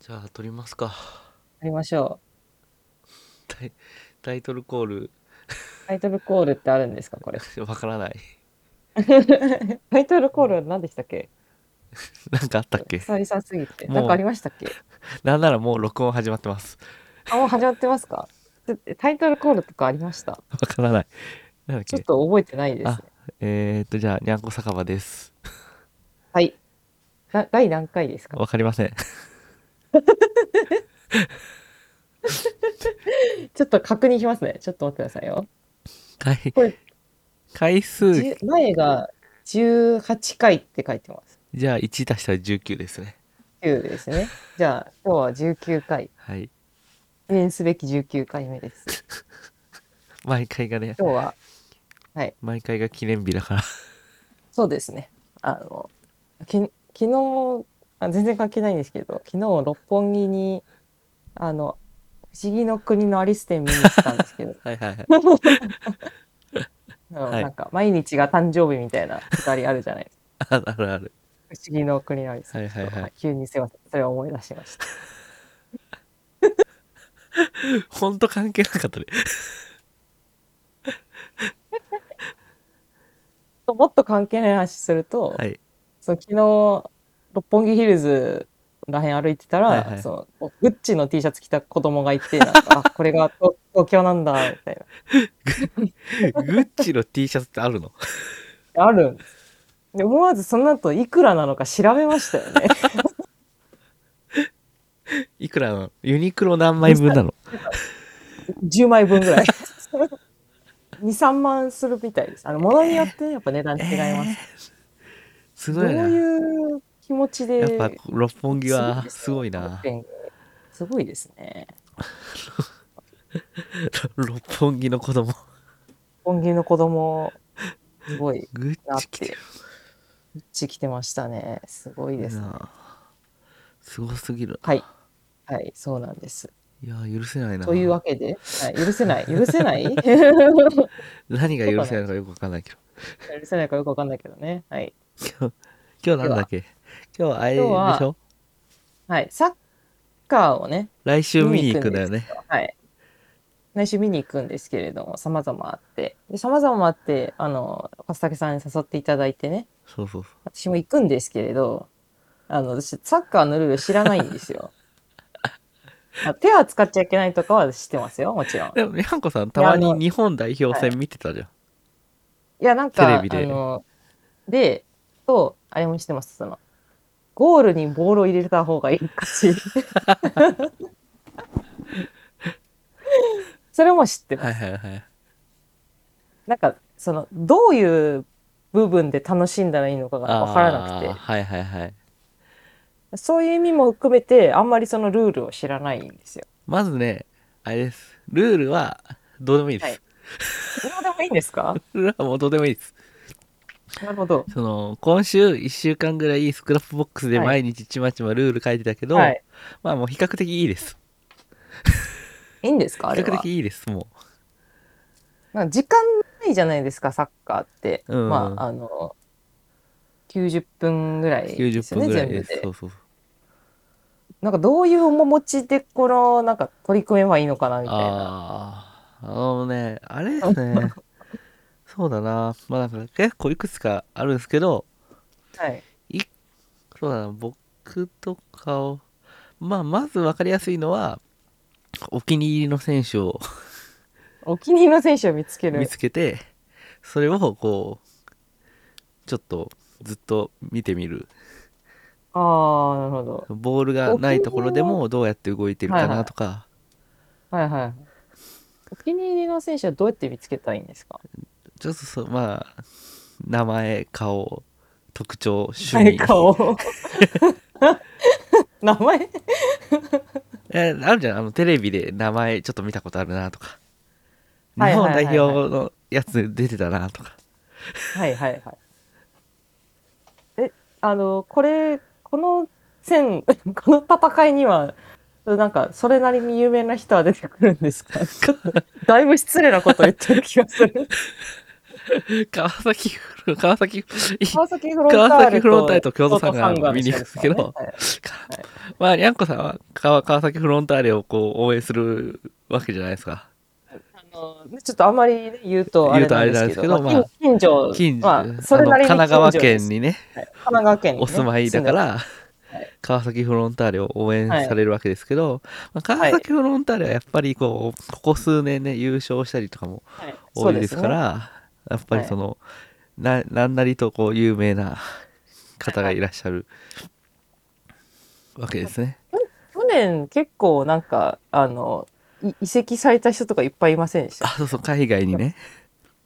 じゃあ撮りますかやりましょタイ、タイトルコール う。タイトルコールってあるんですか、これ。わからない タイトルコールは何でしたっけなんかあったっけ久々すぎて。もうなんかありましたっけなんならもう録音始まってますあ、もう始まってますかちタイトルコールとかありましたわからないなんだっちょっけと覚えてないですね。えー、っとじゃあにゃんこ酒場ですはい。な第何回ですかわかりませんちょっと確認しますね。ちょっと待ってくださいよ。回これ、回数じゅ前が18回って書いてます。じゃあ1足したら19ですね9ですね。じゃあ、今日は19回。はい記念すべき19回目です。毎回がね今日は、毎回が記念日だからそうですね。あの、き、昨日、あ、全然関係ないんですけど、昨日六本木に、あの、不思議の国のアリス展見に行ったんですけど、はいはいはいあの はいなんか毎日が誕生日みたいなくだりあるじゃないですか。ああるある不思議の国のアリスはい展。はいはいちょっと急にすいません。それを思い出しました。ほんと関係なかったねもっと関係ない話すると、はいその昨日、六本木ヒルズらへん歩いてたら、はいはいそのグッチの T シャツ着た子供がいて、な んか、あ、これが東東京なんだ、みたいな。グッチの T シャツってあるのあるんです。で、思わずその後いくらなのか調べましたよね。 いくらなのユニクロ何枚分なの10枚分ぐらい。2、3万するみたいです。あの、物によってねやっぱ値段違います。すどごういないう気持ちで。やっぱ六本木はすすごごいいですねな。すごいですね。六本木の子供本気の子供、すごいグッなっチ来てて。うち来てましたね。すごいでるすね。なすごすぎるはい。はい、そうなんです。いや許せないなというわけで、はい、許せない、許せない 何が許せないのかよくわかんないけど許せないかよくわかんないけどね。はい。今日今日なんだっけ今日はあれでし今日はょはい。サッカーをね、来週見に行くんだよねはい。来週見に行くんですけれども、様々あって。で、様々あって、あの、パスタケさんに誘っていただいてね、そうそうそう私も行くんですけれど、あの、私、サッカーのルール知らないんですよ。あ手は使っちゃいけないとかは知ってますよ、もちろん。でもにゃんこさんたまいやにあの日本代表戦見てたじゃんいや、なんか、あテレビでの、で、と、あれもしてます、その、ゴールにボールを入れた方がいいかし。 それも知ってます。はいはいはいなんか、その、どういう部分で楽しんだらいいのかがあーわからなくはいはいはいて、そういう意味も含めて、あんまりそのルールを知らないんですよ。まずねあれですルールはどうでもいいではいすそれはでもいいんですかルールはもうどうでもいいですなるほど。その今週1週間ぐらいスクラップボックスではい毎日ちまちまルール書いてたけど、はい。まあもう比較的いいですいいんですかあ比れ較は的。いいですもなんか時間ないじゃないですか、サッカーって。うんまあ、あの、90分ぐらういで90すよね、分ぐらい全部ですで。そうそうそうなんかどういう面持ちでこのなんか取り組めばいいのかなみたいな。あーあのねあれです ねそうだなまあなんか結構いくつかあるんですけどはい。そうだな僕とかをまあまず分かりやすいのはお気に入りの選手をお気に入りの選手を見つけ見る。つけてそれをこうちょっとずっと見てみるああ、なるほど。ボールがないところでもどうやって動いてるかなとか、はいはい。お気に入りの選手はどうやって見つけたいんですかちょっとそうまあ名前顔特徴趣誰味 かを。 名前えーあるじゃんあのテレビで名前ちょっと見たことあるなとかは日いはい本はいはい代表のやつ出てたなとかはいはいはい。え、あの、これ、この戦、 この戦いには、なんか、それなりに有名 な人は出てくるんですかちょっとだいぶ失礼なこと言ってる気がする。川崎フロ、川崎、 川崎フロンターレと川崎フロンターレと京都サンガ京都サ見に行くんですけどの試合ですからねはいまあ、にゃんこさんは川川崎フロンターレをこう応援するわけじゃないですか。あのねちょっとあまりね言うとあれなんですけ言ど、うとあれなんです近近所、近まあのあ、それなり神に奈川近所県ですにね、はい神奈川県に ねお住まいだか、ら、んで川崎フロンターレを応援されるわけですけど、まあ、川い崎フロンターレはやっぱりこう、ここ数年ね、優勝したりとかもはいはい多いですか、ら、やっぱりその、ななんなりとこう有名な方がいらっしゃるわけですね。そうですね去年結構なんかあのい移籍された人とかいっぱいいませんでしたあ、そうそう、海外にね。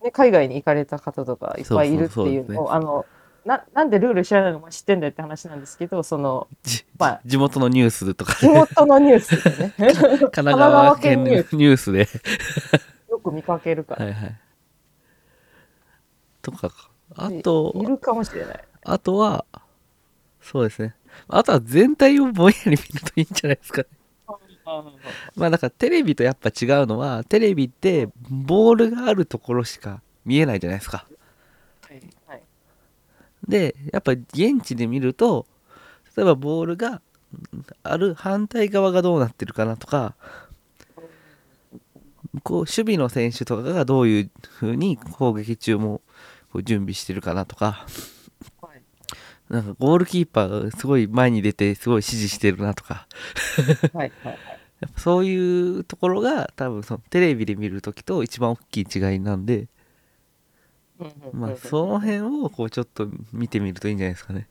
ね、海外に行かれた方とかいっぱいいるっていうそうそうそうですのねをあのななんでルール知らないのまあ知ってんだよって話なんですけどそのじまあ地元のニュースとかで、地元のニュースでね神奈川県の神ニ奈川ュースで、よく見かけるから、はいはい。とかか、あいと、るかもしれないあとは、そうですね。あとは全体をぼんやり見るといいんじゃないですかね。 まあだからテレビとやっぱ違うのは、テレビってボールがあるところしか見えないじゃないですか。はいで、やっぱ現地で見ると、例えばボールがうんある反対側がどうなってるかなとか、こう守備の選手とかがどういう風に攻撃中もこう準備してるかなとか、はいなんかゴールキーパーがすごい前に出てすごい指示してるなとか、はいはいやっぱそういうところが多分そのテレビで見るときと一番大きい違いなんで、うんうんうんまあその辺をこうちょっと見てみるといいんじゃないですかね。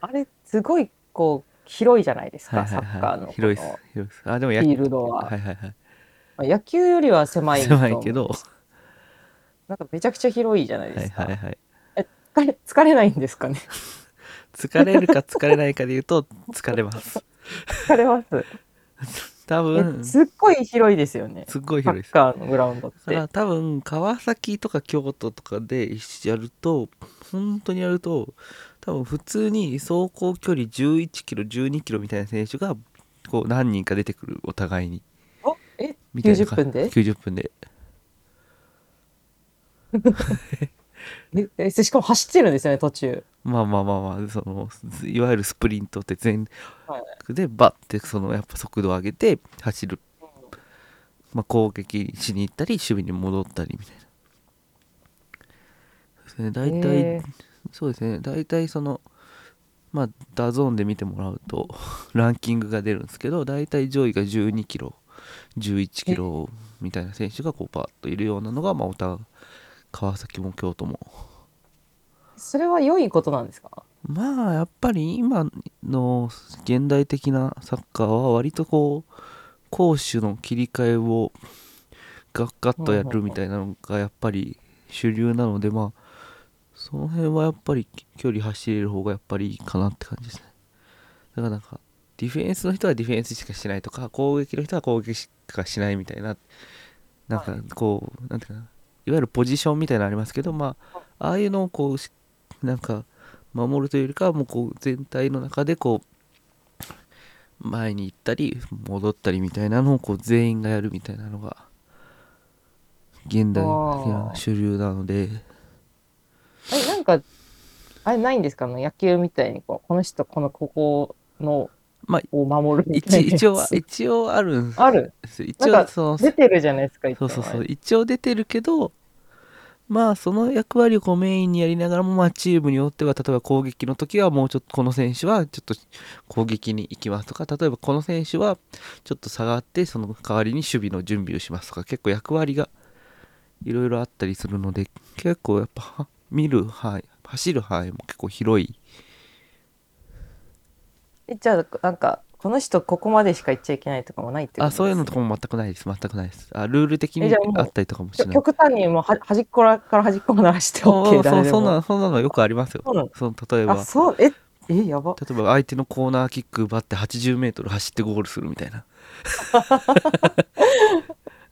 あれすごいこう広いじゃないですはか、いはいはいサッカーのこの広いです広いですあでもフやィールドは、はいはいはいまあ野球よりは狭いと思う狭いけどなんかめちゃくちゃ広いじゃないではいすか、はいはい疲れ疲れないんで すかね疲れるか疲れないかで言うと疲れます疲れます多分えすすっごい広いですよね。っごいサ広いでッすだカーのグラウンドっかて。ら多分川崎とか京都とかでやると本当にやると多分普通に走行距離11キロ12キロみたいな選手がこう何人か出てくるお互いにおえみたいな90感分で90分でええしかも走ってるんですよね途中。まあまあまあまあそのいわゆるスプリントって全はい力でバッてそのやっぱ速度を上げて走る、まあ、攻撃しに行ったり守備に戻ったりみたいなそうですね大体、えーそうですね大体そのまあダゾーンで見てもらうと ランキングが出るんですけど大体上位が1 2キロ1 1キロみたいな選手がこうパッといるようなのが、まあ、お互い川崎も京都もそれは良いことなんですか。まあやっぱり今の現代的なサッカーは割とこう攻守の切り替えをガッガッとやるみたいなのがやっぱり主流なのでまあその辺はやっぱり距離走れる方がやっぱりいいかなって感じですねだからなんかディフェンスの人はディフェンスしかしないとか攻撃の人は攻撃しかしないみたいななんかこうなんていうかないわゆるポジションみたいなのありますけどまあああいうのをこうしなんか守るというよりかはもうこう全体の中でこう前に行ったり戻ったりみたいなのをこう全員がやるみたいなのが現代的な主流なのでえなんかあれないんですかあの野球みたいにこうこの人このここのまあを守るみた一いなやつ一応は一応あるんであるすよな一ん応かその出てるじゃないですか。いつそうもそうそう一応出てるけどまあその役割をこうメインにやりながらもまあチームによっては例えば攻撃の時はもうちょっとこの選手はちょっと攻撃に行きますとか例えばこの選手はちょっと下がってその代わりに守備の準備をしますとか結構役割がいろいろあったりするので結構やっぱは見る範囲走る範囲も結構広いえじゃあなんかこの人ここまでしか行っちゃいけないとかもないってことあそういうのでとかも全くないです全くないですあルール的えにじゃあもうあったりとかもしすない極端にもうは端っこらから端っこまで走って OK そうだそうね。そんなそんなのよくありますよそうなのその例えばあそうええやば。例えば相手のコーナーキック奪って8 0ル走ってゴールするみたいな。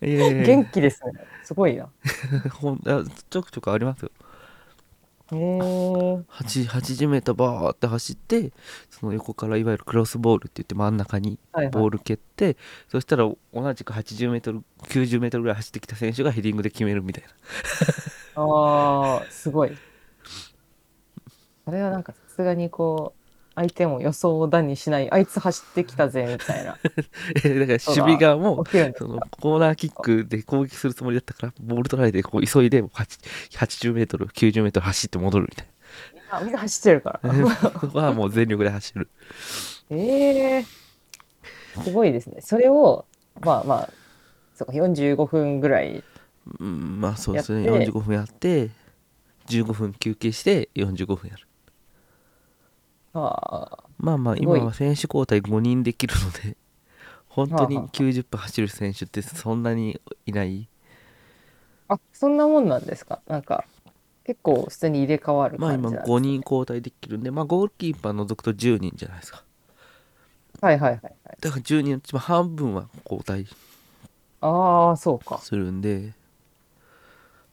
いやいやいや元気ですね。すごいな。ほんあちょくちょくありますよ。へえ。 8 80メーターバーって走ってその横からいわゆるクロスボールって言って真ん中にはいはボいー。ル蹴って、そしたら同じく80メートル90メートルぐらい走ってきた選手がヘディングで決めるみたいな ああ、すごい。それはなんかさすがにこう、相手も予想をだにしない、あいつ走ってきたぜ、みたい な。えだから守備側も起きるんですそのかコーナーキックで攻撃するつもりだったからボール取られてこう急いで8 80メートル90メートル走って戻るみたいみんな、みんな走ってるから。なそ こはもう全力で走るええすごいですね。それを、まあまあ、そうか、45分ぐらい。うんまあそうですねやって45分やって15分休憩して45分やるああ、まあまあすご今いは選手交代5人できるの で本当に90分走る選手ってそんなにいないあ、そんなもんなんですか。なんか、結構普通に入れ替わるまあ感じ今なんです5人交代できるんでまあゴールキーパー除くと10人じゃないですかはいはいはいはい。だから10人のうちまあ半分は交代ああ、そうか。するんで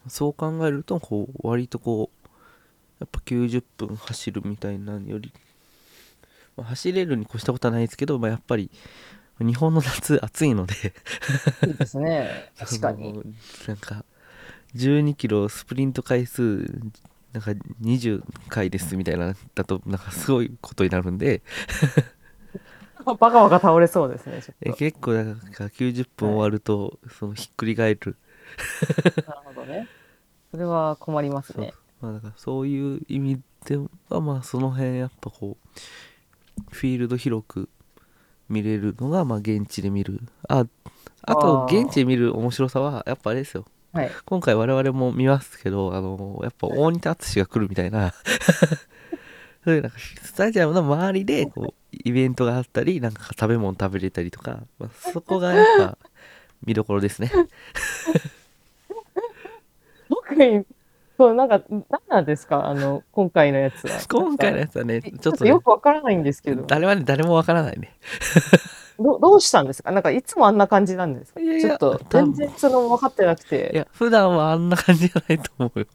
そう考えるとこう割とこうやっぱ90分走るみたいなのより、まあ、走れるに越したことはないですけど、まあ、やっぱり日本の夏暑いのでいいで すね。確かそに。のなんか12キロスプリント回数なんか20回ですみたいなだとなんかすごいことになるんでバカバカ倒れそうですね。ちょえっ結構なんか90分終わると、そのひっくり返る、 と。なるほどね。それは困りますそうね。まあ、だからそういう意味ではまあその辺やっぱこうフィールド広く見れるのがまあ現地で見るああとあー現地で見る面白さはやっぱあれですよはい。今回我々も見ますけど、あのやっぱ大仁田淳が来るみたいな、 そういうなんかスタジアムの周りでこうイベントがあったり、なんか食べ物食べれたりとか、まあ、そこがやっぱ見どころです ね。僕、そう、なんか、何なんですかあの、今回のやつは。 今回のやつつはね、ちちょょっっととね、よくわからないんですけど、誰はね、誰もわからないね。どどうしたんですかなんか、いつもあんな感じなんですかいやいちょやっと、多分全然その、分かってなくいて、や、普段はあんな感じじゃないと思うよ。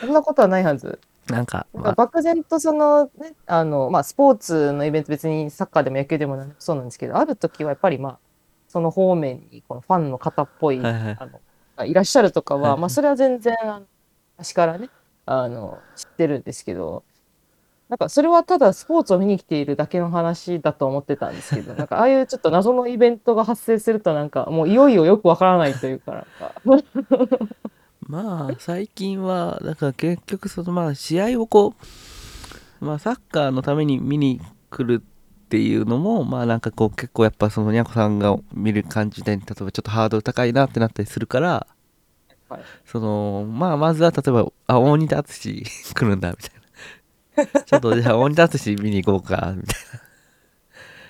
そんなことはないはず。なんか、なまんかあ、漠然とその、ね、あの、まあ、スポーツのイベント別にサッカーでも野球でもなんでもそうなんですけど、ある時はやっぱりまあ、その方面にこのファンの方っぽい、はいはいあのがいらっしゃるとかはいはは、いまあ、それは全然、あの昔からね、あの、知ってるんですけど、なんかそれはただスポーツを見に来ているだけの話だと思ってたんです けど、なんかああいうちょっと謎のイベントが発生するとなんかもういよいよよくわからないというか、なん か、まあ最近はだから結局そのまあ試合をこう、まあ、サッカーのために見に来るっていうのもまあなんかこう結構やっぱそのにゃこさんが見る感じで例えばちょっとハードル高いなってなったりするからはいそのまあまずは例えば「あ大仁田淳 来るんだ」みたい な「ちょっとじゃあ大仁田淳見に行こうか」みたい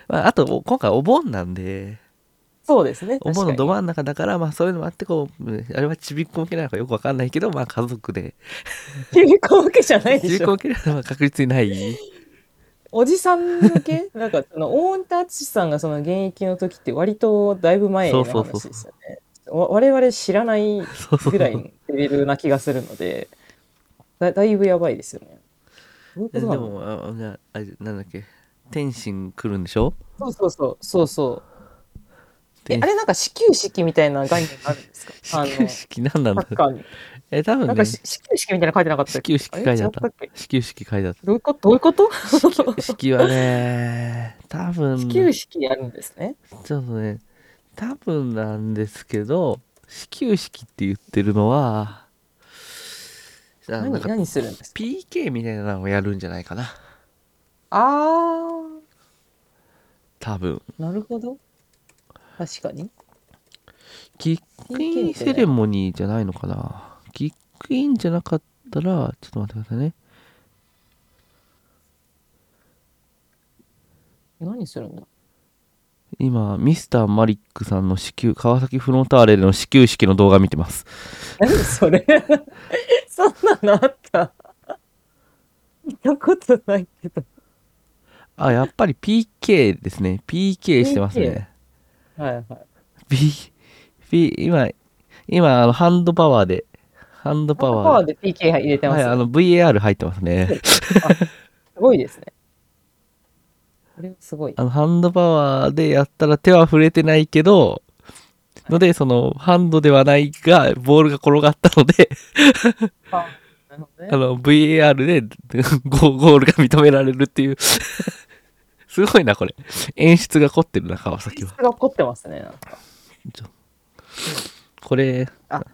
な、まあ、あとお今回お盆なんでそうですね。お盆の確か どに真ん中だからまあそういうのもあってこううんあれはちびっこ向けなのかよくわかんないけどまあ家族で流行受けじゃないで中しょ高。嫌いは確実に ない。おじさん向 けなんかその大仁田淳さんがその現役の時って割とだいぶ前の話そうそうですよね。わ我々知らないそうそうぐらいのレベルな気がするのでだだいぶやばいですよね。どういうこでとなのも、ああなあれなんだっけ、天心来るんでしょそうそうそうそうそう。え天あれなんか始球式みたいな概念があるんですかあの 始球式なんなんサだッカーに。え、多な分んかね、し始球式みたいなの書いてなかったっ始け球式書いてあっあれ違たっけ。始球式書いてあっどういうことどうい うことた。式はね、多分、始ち球式やるんですね。ょっとね、多分なんですけど、始球式って言ってるのは、あなん何か何するんですか PK みたいなのをやるんじゃないかな。あー。多分。なるほど。確かに。キックインセレモニーじゃないのかなキックインじゃなかったら、ちょっと待ってくださいね。何するんだ今、ミスターマリックさんの始球、川崎フロンターレの始球式の動画見てます。何それ そんなのあった見たことないけど。あ、やっぱり PK ですね。PK してますね。はいはい。 B、B、今、今、あのハンドパワーで、ハンドパパワワーー。で PK 入れてまはすい、ね、あの VAR 入ってますね。すごいですね。これはすごい。あのハンドパワーでやったら手は触れてないけど、ので、その、ハンドではないが、ボールが転がったので、あなるほど あね。の、VAR でゴゴールが認められるっていう。 すごいな、これ。演出が凝ってるな、川崎は。が凝ってますね。なんかこれ、あ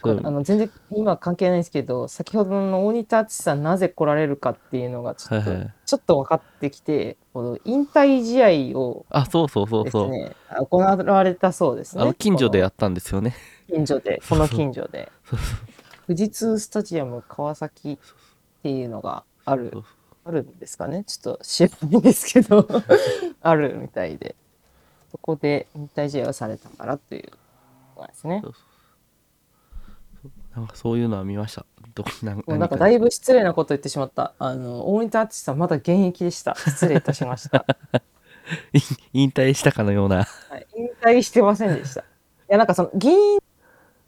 そあうの全然今関係ないですけど、先ほどの大仁田淳さんなぜ来られるかっていうのがちょっと、はいはいちょっと分かってきて、この引退試合をあ、そうそうそうですそう。ね、あ行われたそうですあのね。近所でやこったんですよね。 の近所で、この近所で。富士通スタジアム川崎っていうのがあるそうあるんですかねちょっと知らないです けどあるみたいでそこで引退試合をされたからということなんですねそうなんかそういうのは見ました。どなんもうなんか何だいぶ失礼なこと言ってしまったあの大仁田淳さんまだ現役でした失礼いたしました い 引退したかのような。はい引退してませんでしたいやなんかその議員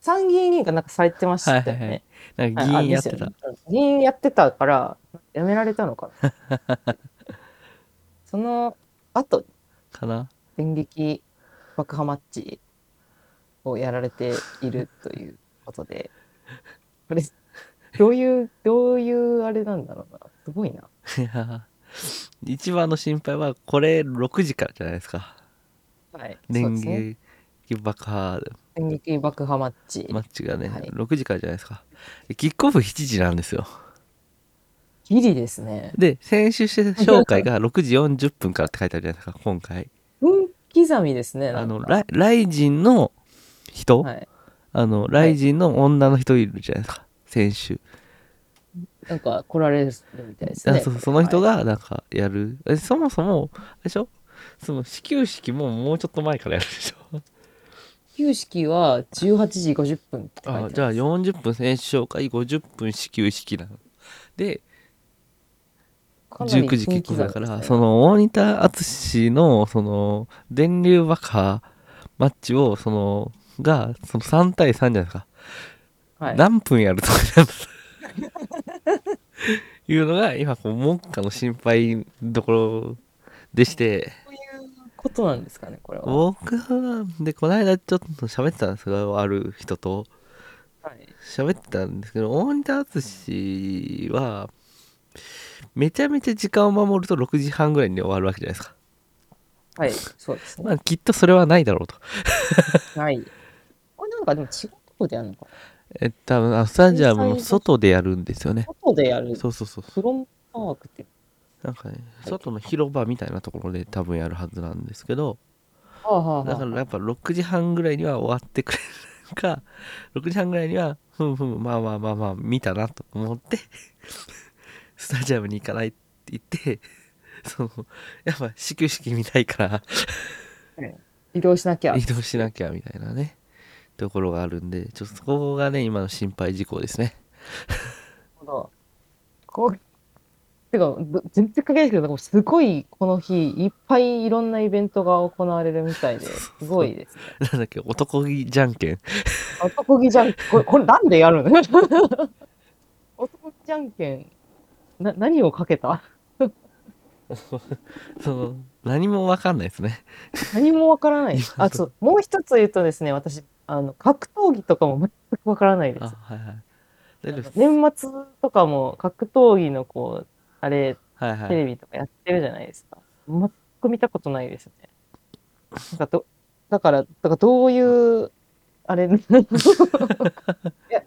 参議院議員がなんかされてましたよね、はいはいはいなんかはい議あ員やってですたよね。議員やってたからやめられたのかな その後かな。 電撃爆破マッチをやられているということ でこれどういうどういうあれなんだろうなすごいないや一番の心配は、これ6時からじゃないですか。はいそう電ですね撃爆破電撃爆破マッチ、マッチがね、はい6時からじゃないですか。キックオフ7時なんですよ。ギリですねで、選手紹介が6時40分からって書いてあるじゃないですか、今回。分刻みですねあの、ラライライジンの人、はいあの、ライジンの女の人いるじゃないですか、選手。なんか来られるみたいですあねそその人はいがなんかやる、えそもそもあれでしょその始球式ももうちょっと前からやるでし ょ旧式は18時50分って書いてあますじゃあ40分選手紹介50分始球式なのでかなり19時キックオフだか分刻みらですそねの大仁田淳のその電流爆破マッチをそのがその3対3じゃないですか、はい何分やるとかじゃないうのが今こう目下の心配どころでして。ことなんですかねこれは、僕はでこの間ちょっと喋ってたんですよある人とはい、喋ってたんですけど大仁田淳はめちゃめちゃ時間を守ると6時半ぐらいに終わるわけじゃないですか、はい、そうですね。まあ、きっとそれはないだろうとはい。これなんかでも違うとこでやるのかな。え多分あのスタジアムの外でやるんですよね外でやる。そうそうそうフロンパークって。なんかね外の広場みたいなところで多分やるはずなんですけどはあ、はあはあだからやっぱ6時半ぐらいには終わってくれるか6時半ぐらいにはふんふんまあまあまあまあ見たなと思ってスタジアムに行かないって言ってそのやっぱ始球式見たいから移動しなきゃ。移動しなきゃみたいなねところがあるんでちょっとそこがね今の心配事項ですねほどこう。てか、ど全然関係ないですけど、なんかすごいこの日、いっぱいいろんなイベントが行われるみ たいで、すごいですね。 なんだっけ男気じゃん けん男気じゃん、これ、これなんでやるの 男気じゃんけん、な、何をかけたその何もわかんないですね何もわからないです。今あ、そう、もう一つ言うとですね、私、あの、格闘技とかも全くわからないであす。はいはい大丈夫です年末とかも格闘技のこう、あれ、はいはテレいビとかやってるじゃないですか。全く見たことないですね。なんかど、だから、だからどういう、あれ、いや、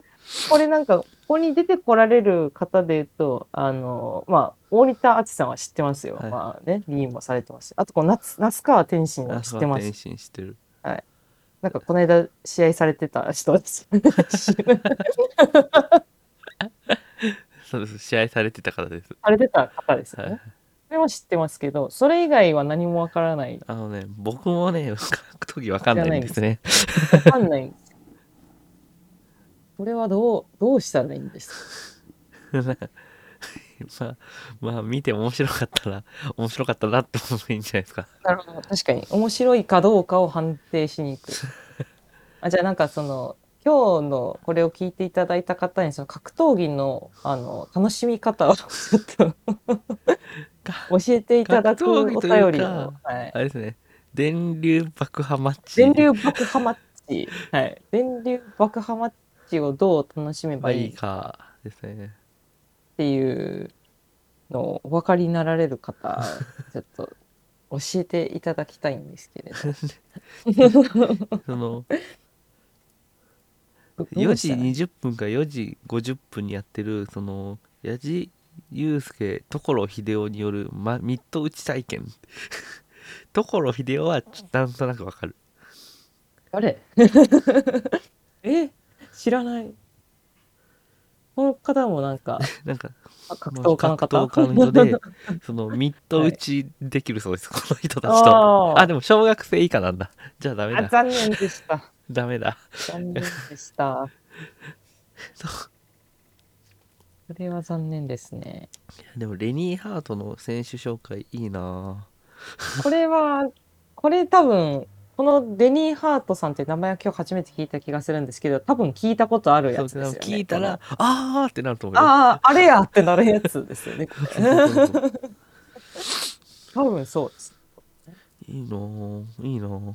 これなんか、ここに出てこられる方で言うと、あの、まあ、大仁田淳さんは知ってますよ。はいまあね、議員もされてますし。あと、こう、夏、夏川天心もあ知そうってます天心してるなんかこの間試合されてた人 です。さそうです試合されてたからですれてた方ですよはね。いそれも知ってますけど、それ以外は何もわからない。あのね、僕もね、格闘技わかんないんですね。 わかんないん ですよ。これはどう、どうしたらいいんですかまあ、まあ、見て面白かったら、面白かったなって思うばいいんじゃないですか。な るほど。確かに。面白いかどうかを判定しに行く。あじゃあなんかその、今日のこれを聞いていただいた方にその格闘技のあの楽しみ方をちょっと教えていただくお格闘便技というかりを、はいあ、れですね電流爆破マッチ電流爆破マッチ、 はい、電流爆破マッチをどう楽しめばはいいいいっかです ねていうのをお分かりになられる方ちょっと教えていただきたいんですけれどその どう4し時たらいい20分から4時50分にやってるその矢地祐介所秀夫による、ま、ミット打ち体験 所秀夫はちょなんとなくわかる誰 え知らないこの方もなん かなんかあ格闘家の方格闘家の人で そのミット打ちできる そうです、この人たちとああーでも小学生以下なんだじゃあダメあだ残念でしたダメだ残念で したそうそれは残念ですねいやでもレニー・ハートの選手紹介いいなこれはこれ多分このデニー・ハートさんっていう名前は今日初めて聞いた気がするんですけど多分聞いたことあるぁやつですよそうね聞いたらあーってなると思うよあああれやってなるやつですよねそうそうそうそう多分そうです いいなぁいいなぁ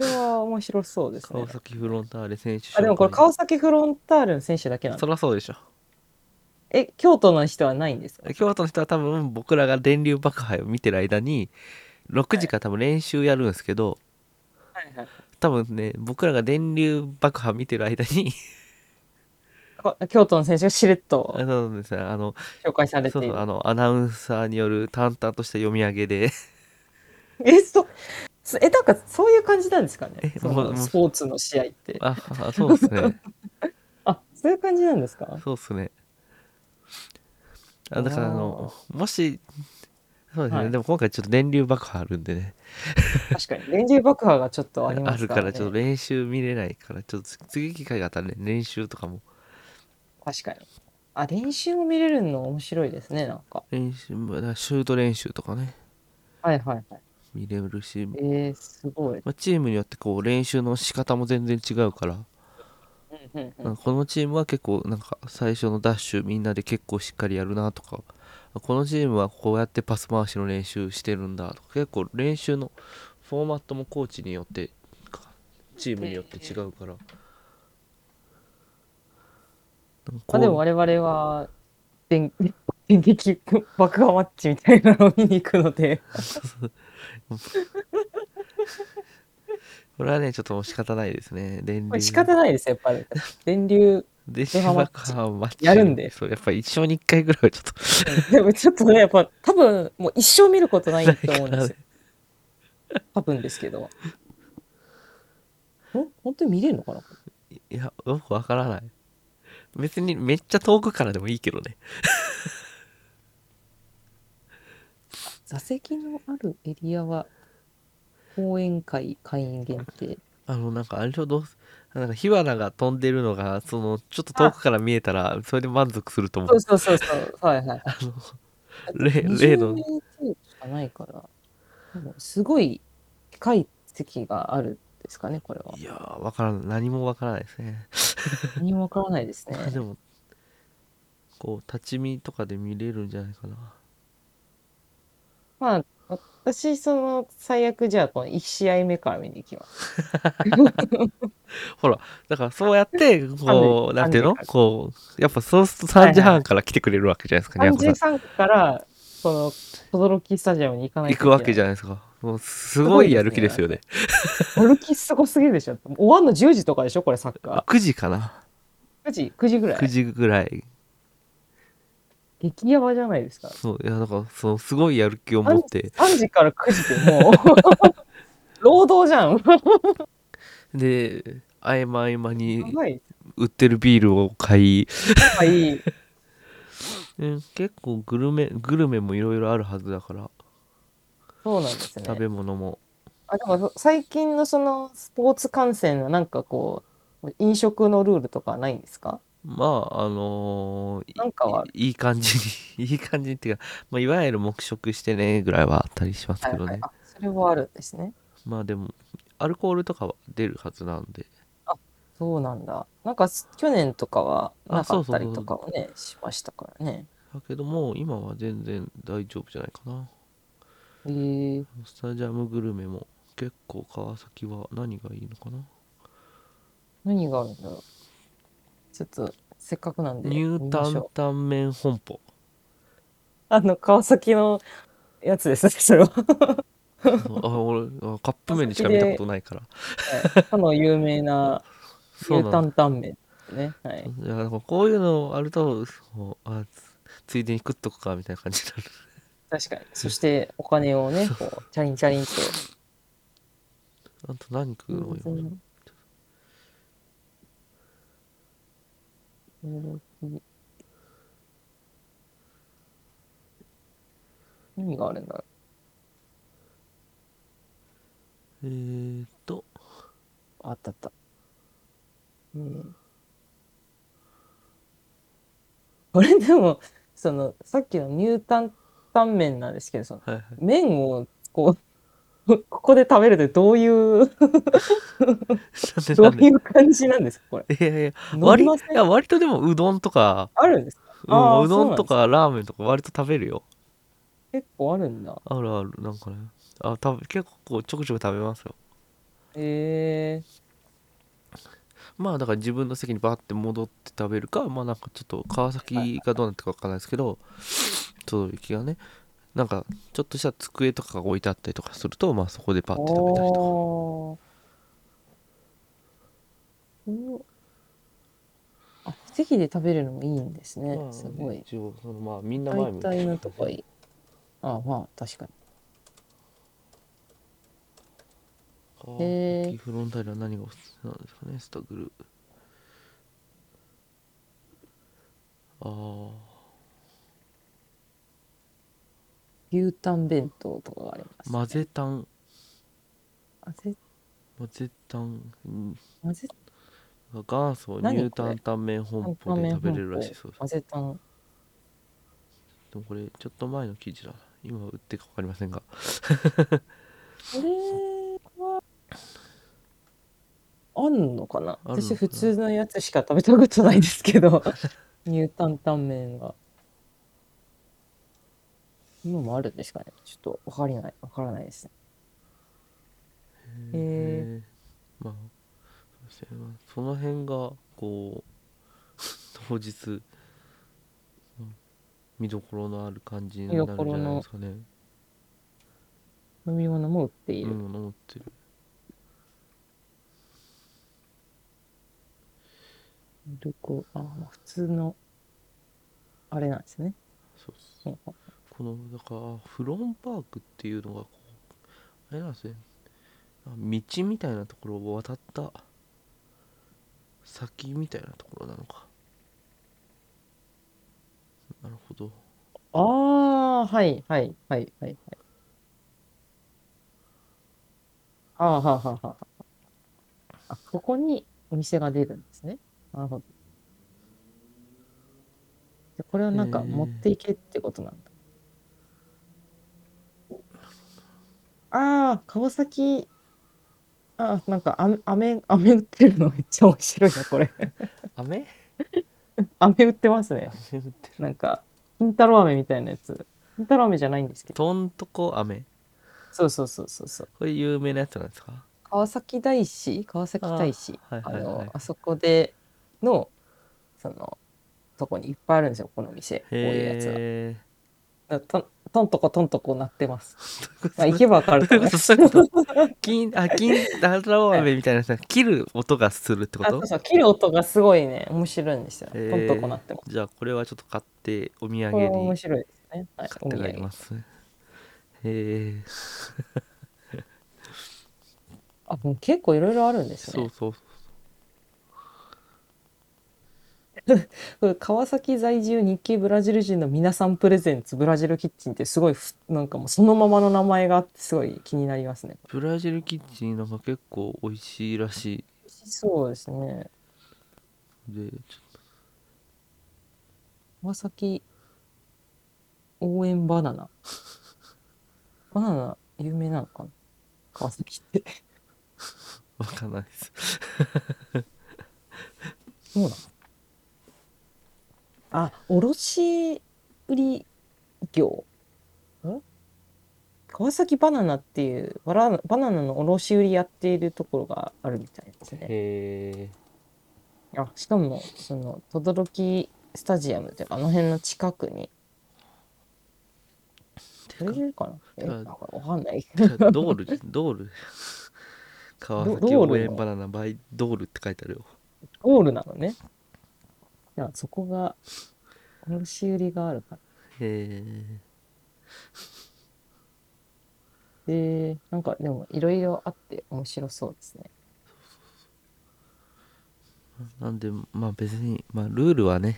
これは面白そうですね川崎フロンターレ選手紹介あでもこれ川崎フロンターレの選手だけなんそだりゃそうでしょえ京都の人はないんですか京都の人は多分僕らが電流爆破を見てる間に6時から多分練習やるんですけど、はいはい多分ね僕らが電流爆破見てる間にこ京都の選手がしれっとあそうですねあの紹介されてそいうるそうあのアナウンサーによる淡々とした読み上げ でえそそえなんかそういう感じなんですかねえそもうのもうスポーツの試合ってああそうですねあそういう感じなんですかそうですねあだからあのもしそうですね、はいでも今回ちょっと電流爆破あるんでね確かに電流爆破がちょっとありあまるすかからら,、ね、ちょっと練習見れないからちょっと次機会があったらね練習とかも確かにあ練習も見れるの面白いですねなんか練習もだからシュート練習とかねはいはいはい見れるし、まえー、すごい、あ、チームによってこう練習の仕方も全然違うから、うんうんうなんん、かこのチームは結構なんか最初のダッシュみんなで結構しっかりやるなとかこのチームはこうやってパス回しの練習してるんだとか結構練習のフォーマットもコーチによってかチームによって違うから。なんかこまうあ、でも我々は電 電撃 爆破マッチみたいなのを見に行くのでこれはねちょっともう仕方ないですね電これ流仕方ないですよやっぱり電流 電子ドラマ爆破マッチやるんでそうやっぱり一生に一回ぐらいはちょっと でもちょっとねやっぱ多分もう一生見ることないと思うんで すよ多分ですけどほ本当に見れるのかないやよくわからない別にめっちゃ遠くからでもいいけどね座席のあるエリアは講演会会員限定あのなんかあれでしょどうすなんか火花が飛んでるのがそのちょっと遠くから見えたらそれで満足すると思そううそうそうそうはいはいあの例例20の名程度しかないからでもすごい深い席があるんですかねこれはいやーわからん何もわからないですね何もわからない ですね でもこう立ち見とかで見れるんじゃないかなまあ私その最悪じゃあこの1試合目から見に行きますほらだからそうやってこう三時なんていうの三時こうやっぱそうするとはいは3い時半から来てくれるわけじゃないですかねやっぱさ33からその轟スタジアムに行かない行くわけじゃゃないですかもうすごいやる気ですよねん。歩きすごすぎるでしょ。終わんの10時とかでしょ、これサッカ9時かなー。9時、9時ぐら9い。時ぐらい激ヤバじゃないですか。そういやだからそのすごいやる気を持って3時から9時でもう、 労働じゃん。で合間合間にやばい。売ってるビールを買い、やばい。うん結構グルメグルメもいろいろあるはずだからそうなんですね。食べ物もあでも最近のそのスポーツ観戦のなんかこう、飲食のルールとかないんですかまああのーいなんかはあいい感じに いい感じにっていうか、まあ、いわゆる黙食してねぐらいはあったりしますけどね、はいはいあそれはあるんですね。まあでもアルコールとかは出るはずなんでそうなんだ。なんかす去年とかはあなかったりそうそとうそかもね、しましたからね。だけどもう今は全然大丈夫じゃないかなえー、スタジアムグルメも結構川崎は何がいいのかな何があるんだろう。ちょっとせっかくなんでニュー見タましンょう。タンメン本舗あの、川崎のやつですね、それは。あ俺あカップ麺にしか見たことないからはいかの有名なそう牛なタのンタン麺ですね。はい。いやなんかこういうのあるとそうあつついでに食っとくかみたいな感じになる確かに。そしてお金をね、こう、チャリンチャリンと。あと何食うの全よ然驚き何があるんだろえーっとうああったあった。うん。これでも、その、さっきのニュータンタン麺なんですけど、その、はいはい麺を、こう、ここで食べるってどういう、ど なうんでいなんう感じなんですか、これ。でいやいや飲み割いませんや割とでもうどんとか、あるんですかうあん、ーうどんとかラーメンとか割と食べるよ結構あるんだ。あるあるなんかねあ食べ結構ちょくちょく食べますよえまあだから自分の席にバーって戻って食べるかまあなんかちょっと川崎がどうなってるかわかんないですけど届きがねなんかちょっとした机とかが置いてあったりとかするとまあそこでパー、ッて食べたりとおーうんあ、席で食べるのもいいんですね。かすごい。一応そのまあみんな前大向い体てのとこいい。あ、まあ、確かに。川へ崎ーフロンターレは何がおすすめなんですかねスタグルああ牛タン弁当とかがあります、ね。混ぜタンあぜ混ぜタンうん混ぜ元祖ニ何ューこタれンタンメンタ本ン舗タでン食べれるらしいそうです混ぜタン。でもこれちょっと前の記事だな今売ってるか分かりませんがこれは、あんのかなあるのかな私、普通のやつしか食べたことないです けど、ニュータンタン麺は。今もあるんですかねちょっとわかりない、わからないですね。へえまあそうですねまあその辺がこう 当日うん見どころのある感じになるんじゃないですかね飲み物も売っていうる。ん思ってるミルクあ、まあ普通の、あれなんですね。そうですほうほうこのだからフロンパークっていうのがこうあれなんですね道みたいなところを渡った先みたいなところなのかなるほどああ、はい、はい、はい、はい、はい。ああ、はあ、はあ、はあはあ。あ、ここにお店が出るんですね。なるほど。で、これはなんかへえ持っていけってことなんだ。ああ、川崎。ああ、なんか飴、飴、飴売ってるの めっちゃ面白いな、これ。雨飴売ってますね。雨降ってるなんか、金太郎飴みたいなやつ。金太郎飴じゃないんですけど。とんとこ雨そうそうそうそうそう。これ有名なやつなんですか川崎大師、川崎大師、ああ,、はいはいはいの、あそこでの、その、とこにいっぱいあるんですよ、この店、こういうやつがへえだから。とんとんとことんとこなってます。 まあ、行けばわかるとどうい思うこいまとす。そういうこと金あ金太郎飴みたいなさ切る音がするってこあとそうそう、切る音がすごいね、面白いんですよ。へえとんとこなってます。じゃあこれはちょっと買ってお土産これにも面白いですね。は買っい、て帰りお土産ますねへえあ、もう結構いろいろあるんですそうね。そうこれ川崎在住日系ブラジル人の皆さんプレゼンツブラジルキッチンってすごいふなんかもうそのままの名前があってすごい気になりますね。ブラジルキッチンなんか結構美味しいらしそうですね。いでちょっ川崎応援バナナ。 バナナ有名なのかな川崎って。とわかんないですそうなのあ、卸売業。ん川崎バナナっていうバラバナナの卸売やっているところがあるみたいですね。へあ、しかも、その、轟スタジアムっていうか、あの辺の近くに。か取れるかなえ、てかなんかわかんない。えドールじゃんドール川ド崎ドールの応援バナナバイドールって書いてあるよゴールなのね。いや、そこが、卸売りがあるから。へで、なんかでも、いろいろあって面白そうですね。 えなんでまあ別にまあルールはね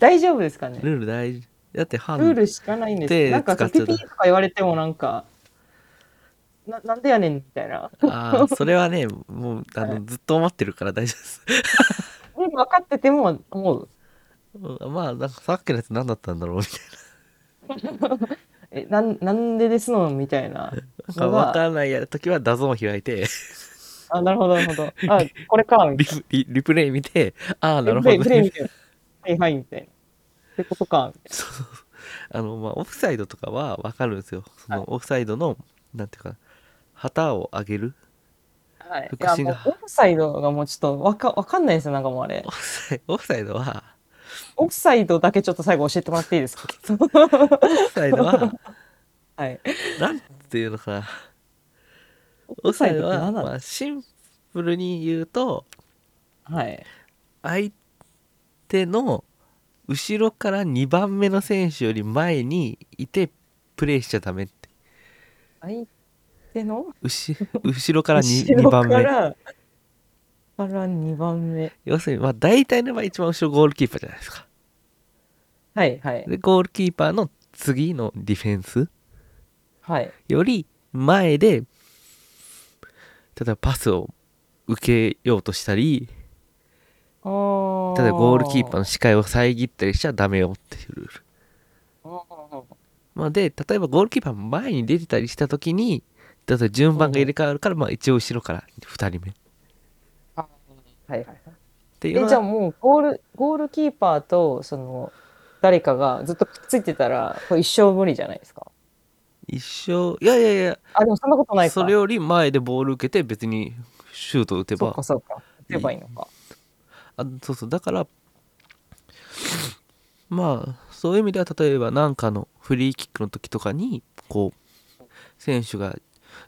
大丈夫ですかねルール大事だってハンルールしかないんです手なんか使っさちゃピうピとか言われてもなんか、ななんでやねんみたいな。あーそれはねもうあの、はいずっと思ってるから大丈夫ですで分かってても、もう、うんまあなんかさっきのやつ何だったんだろうみたいえ、なんなんでですのみたいなな分のが。からないや時はダゾーンを開いてあ、なるほど、なるほど。あ、これか、みリ たいプリリプレイ見てああなな。るほプレイ、どプレイねみたいな。はいはい、みたいな。ってことか、みたいそうそうそうあのまあオフサイドとかは分かるんですよそのはいオフサイドのなんていうか旗を上げる な。はい。い福や、祉もがう、オフサイドがもうちょっとわか、わかんないですよ、なんかもうあれオ。フサイオフサイドはオフサイドだけちょっと最後教えてもらっていい ですかオフサイド ははい。なんていうのかなオオフサイドっては、何なのまあ、シンプルに言うとはい。相手の後ろから2番目の選手より前にいてプレーしちゃダメって相手の 後後ろから後 2, ろ番か目ら、から2番目。要するにまあ大体の場合一番後ろゴールキーパーじゃないですかはいはい。でゴールキーパーの次のディフェンスはい。より前で例えばパスを受けようとしたりああ。ただゴールキーパーーの視界を遮ったりしちゃダメよっていうルール。の。まあ、で例えばゴールキーパーも前に出てたりした時にだと順番が入れ替わるから、まあ、一応後ろから2人目っあーはいはいはい。ていうえ、のじゃあはもうゴール、ゴールキーパーと、その、誰かがずっとくっついてたら、これ一生無理じゃないですか。一生いやいやいあ、でもそんなことないやか。それより前でボール受けて別にシュート打てそうばかそうか。打てばいいのか。あそうそうだからまあそういう意味では例えばなんかのフリーキックの時とかにこう選手が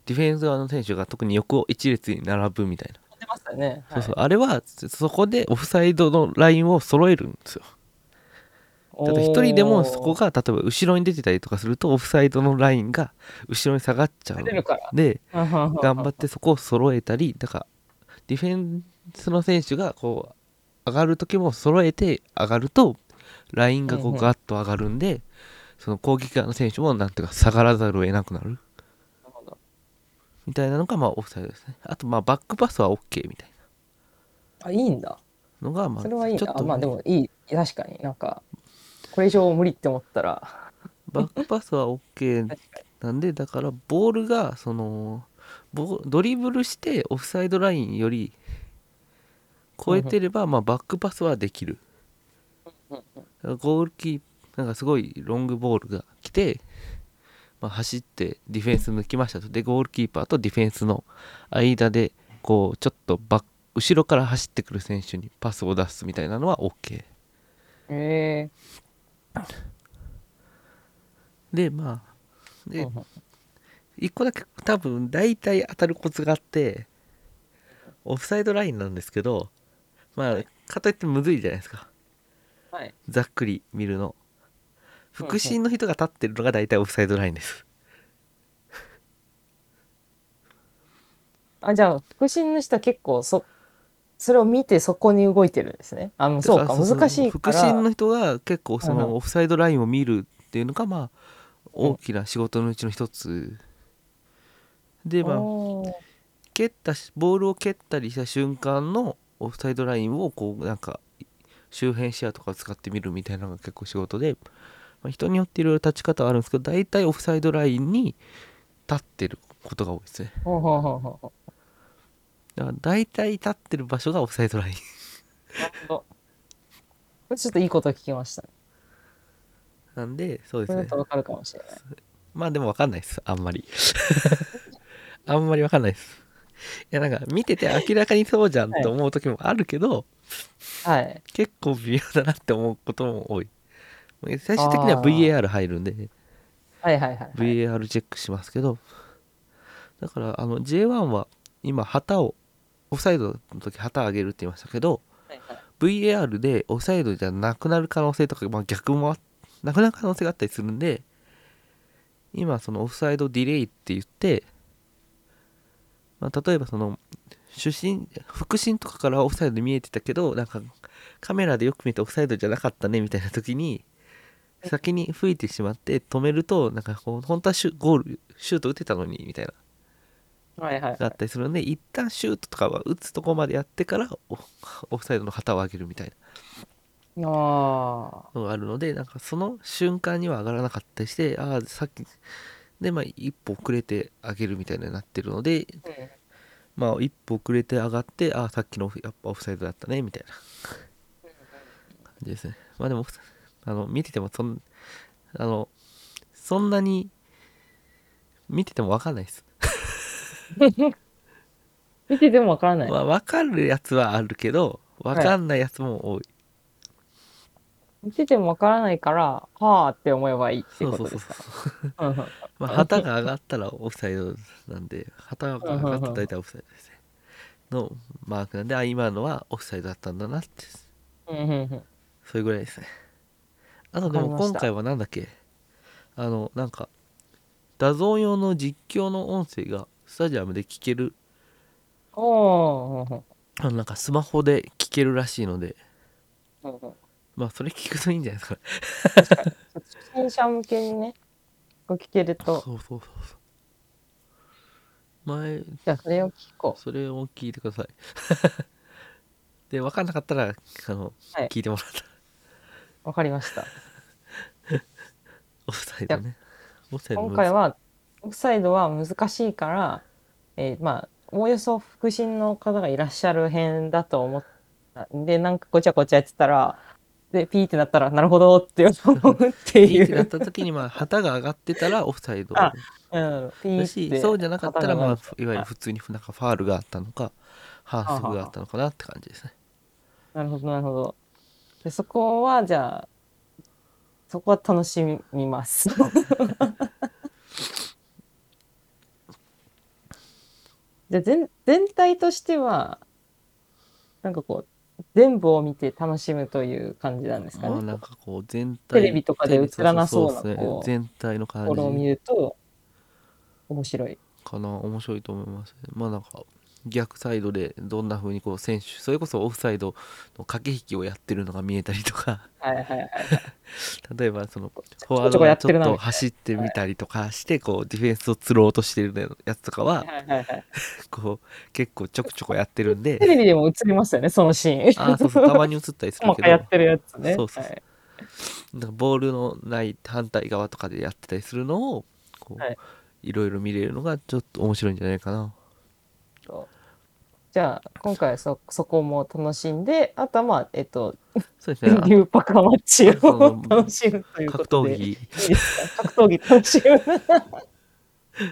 ディフェンス側の選手が特に横を一列に並ぶみたいな、打てましたよね。そうそうあれはそこでオフサイドのラインを揃えるんですよはいただ一人でもそこ。おーが例えば後ろに出てたりとかするとオフサイドのラインが後ろに下がっちゃう打てるから。で頑 頑張張ってそこを揃えたりだからディフェンスの選手がこう上がる時も揃えて上がるとラインがこうんううんガッと上がるんでその攻撃側の選手もなんていうか下がらざるを得なくなるみたいなのがまあオフサイドですねあとまあバックパスは OK みたいあ、いいんだ。なのがまあそれはいいちょっな。とまあでもいい。確かになんか、これ以上無理って思ったら、バックパスは OK 確かに。なんでだからボールがそのボドリブルしてオフサイドラインより超えてれば、まあ、バックパスはできるうんだからゴールキーなんかすごいロングボールが来て、まあ、走ってディフェンス抜きましたとでゴールキーパーとディフェンスの間でこうちょっとバック後ろから走ってくる選手にパスを出すみたいなのは OK えでまあえで一個だけ多分大体当たるコツがあってオフサイドラインなんですけどまあかといってむずいじゃないですかはい。ざっくり見るのうんうん腹心の人が立ってるのが大体オフサイドラインですあ、じゃあ、腹心の人は結構そ、それを見てそこに動いてるんですね。あの、そうだか、ら難しいか腹心らの。人が結構そうんうんのオフサイドラインを見るっていうのがまあうん大きな仕事のうちの一つでまあおー蹴ったしボールを蹴ったりした瞬間のオフサイドラインをこうなんか周辺視野とかを使ってみるみたいなのが結構仕事で、まあ、人によっていろいろ立ち方はあるんですけど大体オフサイドラインに立ってることが多いですねほうほうほうほうだから大体立ってる場所がオフサイドラインなるほど。これちょっといいこと聞きましたね。なんでそうでこすねれだとわかるかもしれない。まあでも分かんないですあんまり あんまり分かんないですいやなんか見てて明らかにそうじゃんと思う時もあるけど、はい。結構微妙だなって思うことも多い最終的にはあー VAR 入るんではいはいはい、はい。 VAR チェックしますけどだからあの J1 は今旗をオフサイドの時旗上げるって言いましたけどはいはい VAR でオフサイドじゃなくなる可能性とか、まあ、逆もあなくなる可能性があったりするんで今そのオフサイドディレイって言って、まあ、例えばその主審副審とかからはオフサイドに見えてたけどなんかカメラでよく見てオフサイドじゃなかったねみたいな時に先に吹いてしまって止めるとなんかこう本当はシュゴールシュート打てたのにみたいなはいはいがはあっい。たりするので一旦シュートとかは打つとこまでやってからオオフサイドの旗を上げるみたいな。あのがあるのでなんかその瞬間には上がらなかったりしてああさっきでまあ一歩遅れて上げるみたいになってるのであ。うんまあ一歩遅れて上がってああさっきのやっぱオフサイドだったねみたいな感じですねまあでもあの見ててもそんあのそんなに見てても分かんないです、見ててもわからない。まあ、分かるやつはあるけど分かんないやつも多い、見ててもわからないから、はあって思えばいいってそいううこそうとそうですそか。ううんうんまあ、旗が上がったらオフサイドなんで旗が上がったら大体オフサイドですねのマークなんであ今のはオフサイドだったんだなってうんうんうんそれぐらいですねあとでもわかり今ました回はなんだっけあのなんかダゾーン用の実況の音声がスタジアムで聞けるおーあのなんかスマホで聞けるらしいのでうんうんうんうんまあそれ聞くといいんじゃないですかね初心者向けにね、こう聞けるそうと、そうそうそう前じゃあそれを聞こそれを聞いてください で分かんなかったらあの、はい聞いてもらったら う。わかりました。オフサイドねオフサイド今回はオフサイドは難しいから、えーまあおおよそ副審の方がいらっしゃる辺だと思ったんでなんかごちゃごちゃやってたらでピーってなったらなるほどって思うっていいいってなっう、た時にまあ 旗が上がってたらオフサイドあうん、ピだーっしてそうじゃなかったらまあいわゆるはい普通になんかファールがあったのか反則があったのかなって感じですねなるほどなるほどでそこはじゃあそこは楽しみます じゃあ全全体としてはなんかこう全部を見て楽しむという感じなんですかまあねなんかこう全体テレビとかで映らなそうなテレビこうですね全体の感これを見じると面白いかな面白いと思いますねまあなんか逆サイドでどんな風にこう選手それこそオフサイドの駆け引きをやってるのが見えたりとかはいはいはい例えばそのちフォょこワーちドょこやがっちてるょっなとみたい走ってみたりとかしてこうディフェンスを釣ろうとしてるやつとかはなはいはいはいこう結構ちょくちょくやってるんテ でレビでも映りますよねそのシーンあーそう そうたまに映ったりするけ細かどやってるやつねそうそうそうはいなんかボールのない反対側とかでやってたりするのをこう、はいい、ろいろ見れるのがちょっと面白いんじゃないかなじゃあ今回はそそこも楽しんであとはまあえっとそうですねあ流パカマッチをそう楽しむというこ格と闘でい技いですか格闘技楽しむ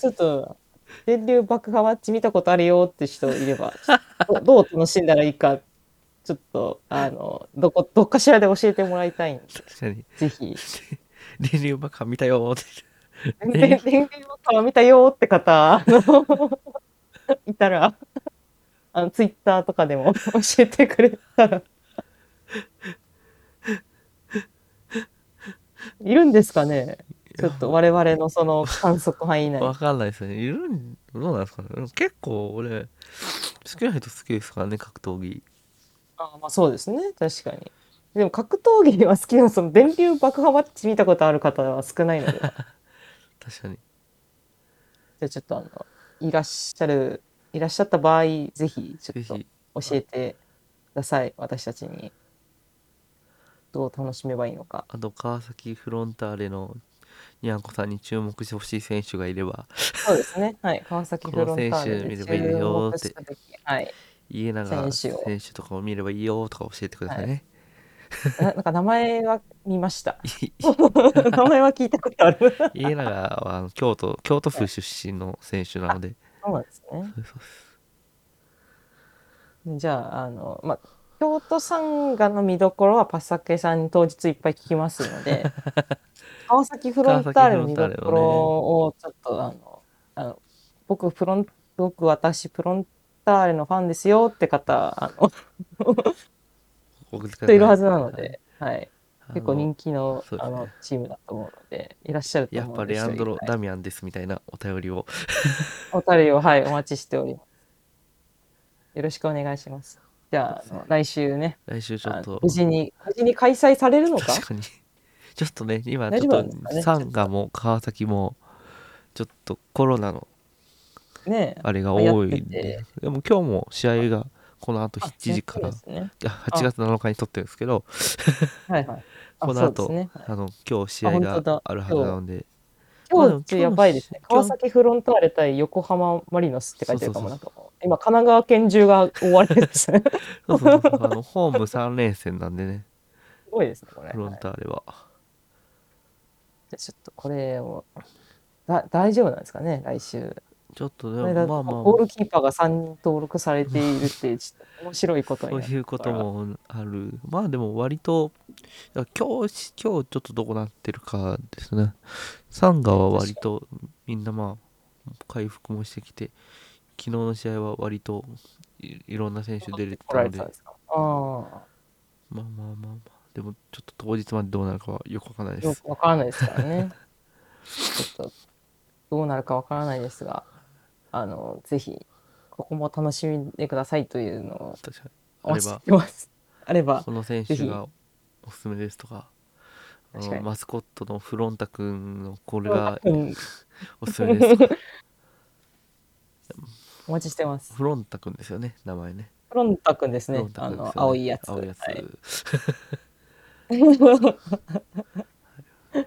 ちょっと電流爆破マッチ見たことあるよって人いればどどう楽しんだらいいかちょっとあのどこどっかしらで教えてもらいたいんで確かにぜひ電流爆破見たよーって電電電源爆破見たよって方あのいたらあのツイッターとかでも教えてくれたらいるんですかねちょっと我々のその観測範囲内わかんないですねいるんどうなんですかねうん結構俺好きな人好きですからね格闘技あまあそうですね確かにでも格闘技は好きなその電流爆破マッチ見たことある方は少ない のでじゃ確かにあちょっとあのいらっしゃるいらっしゃった場合ぜひちょぜっとひ教えてください私たちにどう楽しめばいいのかあと川崎フロンターレのにゃんこさんに注目してほしい選手がいればそうですね。はい。川崎フロンターレこの選手見でればいいよって注目した時 はい。家永選選手を手とかを見ればいいよとか教えてくださいね。ななんか名前は見ま した。名前は聞いたことある。そ家永はあの京都京都府出身の選手なので、うなんですね。そうそうそうじゃあ、あの、まあ、京都サンガの見どころはパッサケさんに当日いっぱい聞きますので、 川崎フロンターレの見どころをちょっと、あの、あの僕、フロン、僕、私、フロンターレのファンですよって方、あの、送ってくださ人いるはずなので、はい。あの結構人気のそうであすねのチームだと思うので、いらっしゃるとや思っうぱんでレアンドロ・一人ダミアンですみたいなお便りをお便りを、はい、お待ちしております。よろしくお願いします。じゃあ、あの来週ね、来週ちょっあのと無事に、無事に開催されるのか確かにちょっとね今大ち丈ょ夫っなんですかとねサンガも川崎もちょっとコロナのねあれが多いんやってででも今日も試合がこの後7時からあそうですねあ8月7日に撮ってるんですけどはいはい。あ この後そうですねはいあの今日試合あ本当がだあるはずなのでまあでも今日ってやばいですね。今日川崎フロンターレ対横浜マリノスって書いてるかもそなうんかもう今、神奈川県中が追われてるん ですね。そうそうそうあのホーム3連戦なんでねすごいですね、これ。フロンはいターレはじゃあちょっとこれを、だ大丈夫なんですかね、来週。ちょっとこでれだもまあまあゴールキーパーが3人登録されているっていう、ちょっと面白いこと にそなうるいうこと。もあるまあでも割といや今日し今日ちょっとどこなってるかですねサンガは割とみんなまあ回復もしてきて昨日の試合は割といいろんな選手出れて来たらのれでてたんですか。あまあまあまあまあでもちょっと当日までどうなるかはよくわかんないあ、でよすくわからないですからね。ちょっと、どうなるかわからないですが、あの、ぜひ、ここも楽しんでくださいというのを確かおにあれ待ちしばてます。あればこ、の選手がおすすめですとかあ確かのにマスコットのフロンタ君のこれがうん、おすすめですとか お待ちしてます。フロンタ君ですよね名前ねフロンタ君ですフねロン。タあ君ですよのね、青いやつ。青いやつ、はい フ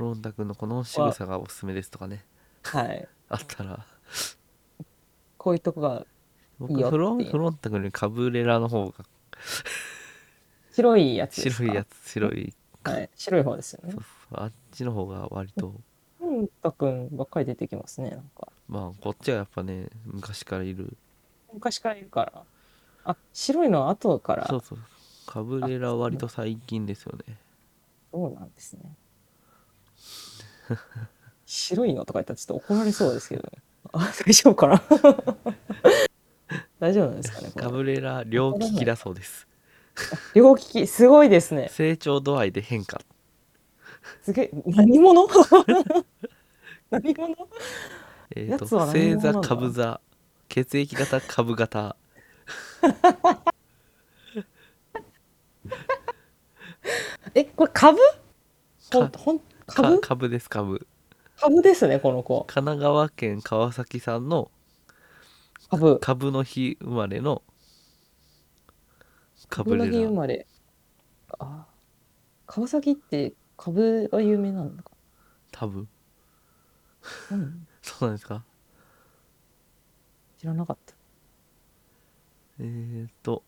ロンタ君のこの仕草がおすすめですとかねはい。あったらこういうとこが僕いいよフロってンいうフロンタ君よりカブレラの方が白いやつですか。白いやつ白いはい、白い方ですよねそう。そうあっちの方が割とフロンタ君ばっかり出てきますね。なんかまあこっちはやっぱね昔からいる昔からいるから。あ、白いのは後から。そそううそうカブレラは割と最近ですよねなんですね。白いのとか言ったらちょっと怒られそうですけど、ね。あ、大丈夫かな。 大丈夫なんですかね。これカブレラ両利きだそうです両利きすごいですね。成長度合いで変化すげえ何者 何者えー、とやつは星何者な座んだ株座血液型株型えこれ株ほんかほんか株株です株株ですねこの子神奈川県川崎さんの株株の日生まれのカブ株のレ日生ラまれあ川崎って株が有名なのか、多分うん、そうなんですか知らなかったえー、っと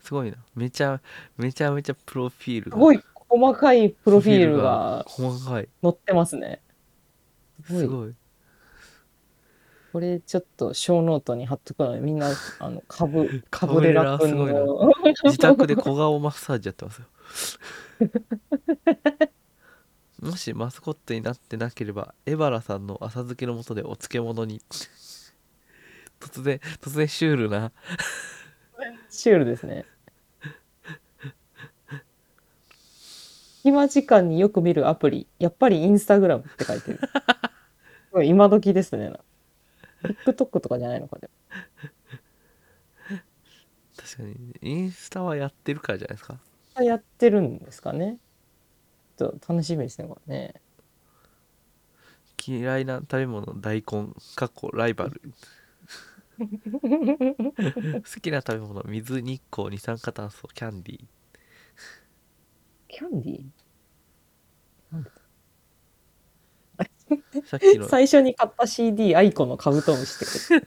すごいなめちゃめちゃめちゃプロフィールすがごい細かいプロフィールがプロフィールが細かい載ってますねすすごいごいこれちょっと小ノートに貼っとくのでみんなあの株カカブブレレララ君すの自宅で小顔マッサージやってますよもしマスコットになってなければエバラさんの浅漬けのもとでお漬物に突然突然シュールなシュールですね。暇時間によく見るアプリ、やっぱりインスタグラムって書いてる。これ今時ですね。TikTok とかじゃないのかで確かにインスタはやってるからじゃないですかも。やってるんですかね。ちょっと楽しみですね、これね。嫌いな食べ物大根かっこライバル好きな食べ物水日光二酸化炭素キャンディーキャンディーなんださっきの最初に買った CD、アイコのカブトムシっ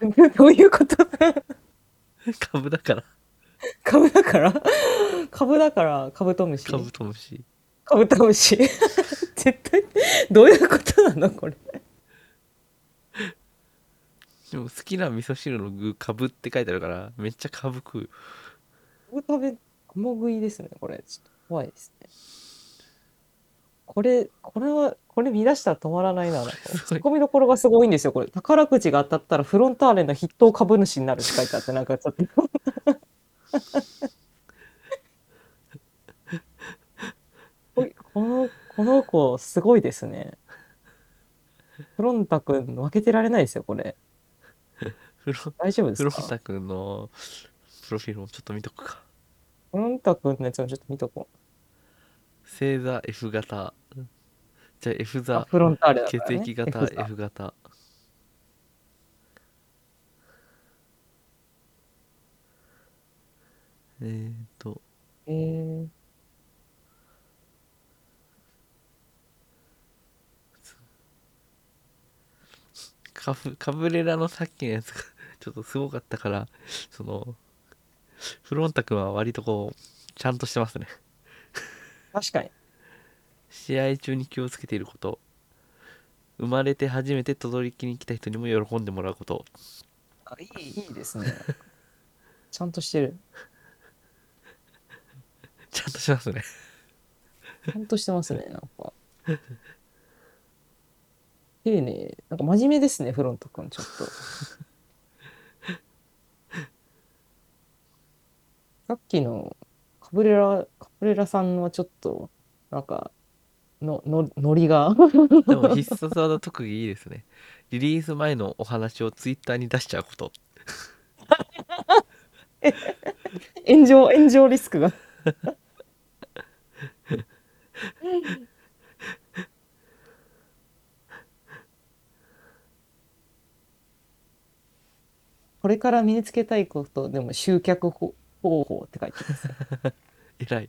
てこと。 どういうこと株だから株だから株だからカブトムシ。カブトムシカブトムシ。 絶対、どういうことなのこれ。でも好きな味噌汁の具株って書いてあるからめっちゃ株食うよこれ食べ、雲食いですね、これ。ちょっと怖いですね。これ、これは、これ見出したら止まらないな。なんか すツごいッコミどころがすごいんですよ、これ。宝くじが当たったらフロンターレの筆頭株主になるって書いてあって、なんかちょっと。おいこの、この子、すごいですね。フロンタ君、負けてられないですよ、これ。フロ大丈夫でフすロかンタ君のプロフィールもちょっと見とくかフロンタ君のやつもちょっと見とこ星座 F 型じゃあ F う。あ座フロンターレだから、血ね。液型 F だ F 型えーっとえーカブカブレラのさっきのやつが ちょっとすごかったからそのフロンタ君は割とこうちゃんとしてますね確かに。試合中に気をつけていること生まれて初めて轟に来た人にも喜んでもらうことあいい、いいですね。ちゃんとしてる。ちゃんとし ますねちゃんとしてますね、なんか。丁寧。なんか真面目ですね、フロント君、ちょっと。さっきのカブレラ、カブレラさんはちょっと、なんか、の、の、ノリが。でも必殺技特技いいですね。リリース前のお話をツイッターに出しちゃうこと。炎上、炎上リスクが。 これから身につけたいことでも集客方方法って書いてます。え らい。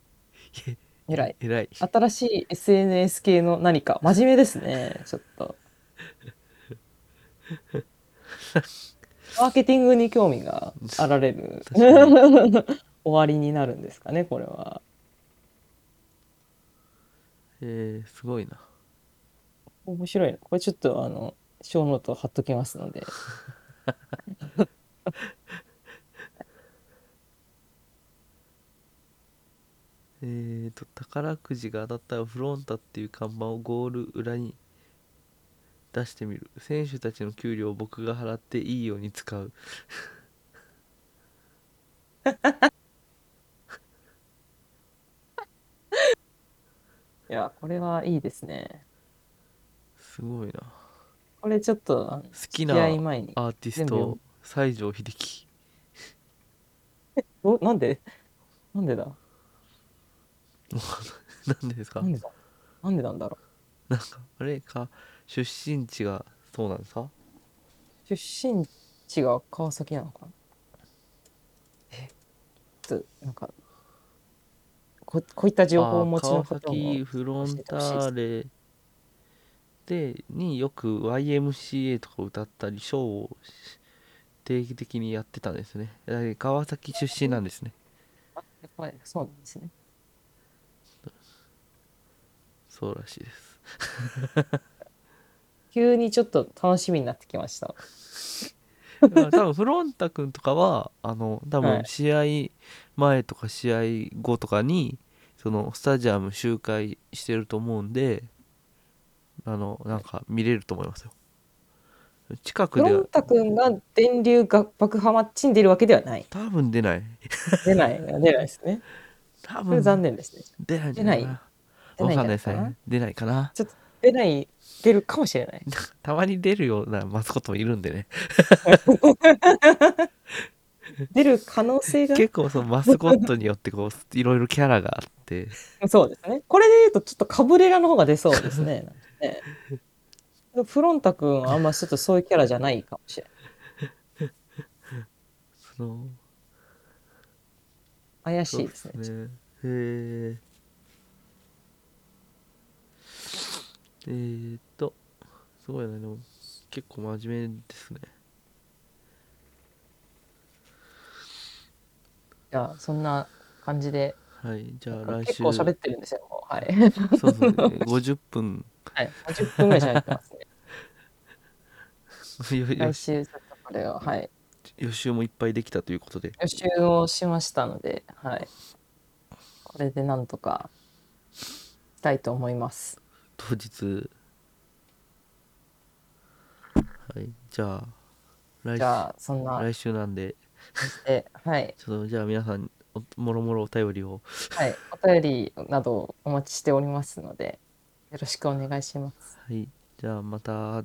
偉い。えらい。新しい SNS 系の何か真面目ですね。ちょっと。 マーケティングに興味があられる確か 終わりになるんですかね、これは。えー、すごいな。面白いな。これちょっとあの、小ノート貼っときますので。えーと、宝くじが当たったらフロンタっていう看板をゴール裏に出してみる。選手たちの給料を僕が払っていいように使う。いや、これはいいですね。すごいな。好これちょっと、あのき試な合前に。アーティス全部読ト、西城秀樹。 お、なんでなんでだなんでですかなんでだなんでなんだろなんか、あれか、出身地がそうなんですかう。出身地が川崎なのかなえ、ちょっと、なんか、ここういった情報をお持ちのあー方川も崎。フロンターレでによく YMCA とか歌ったりショーを定期的にやってたんですねだから川崎出身なんですねあやっぱりそうなんですね。そうらしいです急にちょっと楽しみになってきました。だから多分フロンタ君とかはあの多は分い試合前とか試合後とかにそのスタジアム周回してると思うんであのなんか見れると思いますよ近くフでロンはタ君が電流が爆破マッチに出るわけではない。多分出ない出ない、出ないですね。多これ分残念ですね。出ないんじゃないか出な。なわいかんないで出すないんじゃないかなね。出ないかな。ちょっと出ない、出るかもし れない。たまに出るようなマスコットもいるんで ね。出る可能性が。結構そのマスコットによってこういろいろキャラがあって、そうですね。これで言うと、ちょっとカブレラの方が出そうですね。なんかねフロンタ君はあんまちょっとそういうキャラじゃないかもしれない。その怪しそういでですすね。ね。へえ。えーっと、すごいねでも結構真面目ですねじゃあそんな感じではいじゃあ来結週構喋ってるんですよもうはい そうそう、ね、50分はい10分ぐらい喋ってますねよよ来し週ちょっとこれをはい予習もいっぱいできたということで予習をしましたのではいこれでなんとかしたいと思います当日はいじゃあ来じゃあそんな来週なんで感じではいちょっとじゃあ皆さんおもろもろお便りをはい、お便りなどお待ちしておりますので、よろしくお願いします。はいじゃあまたあ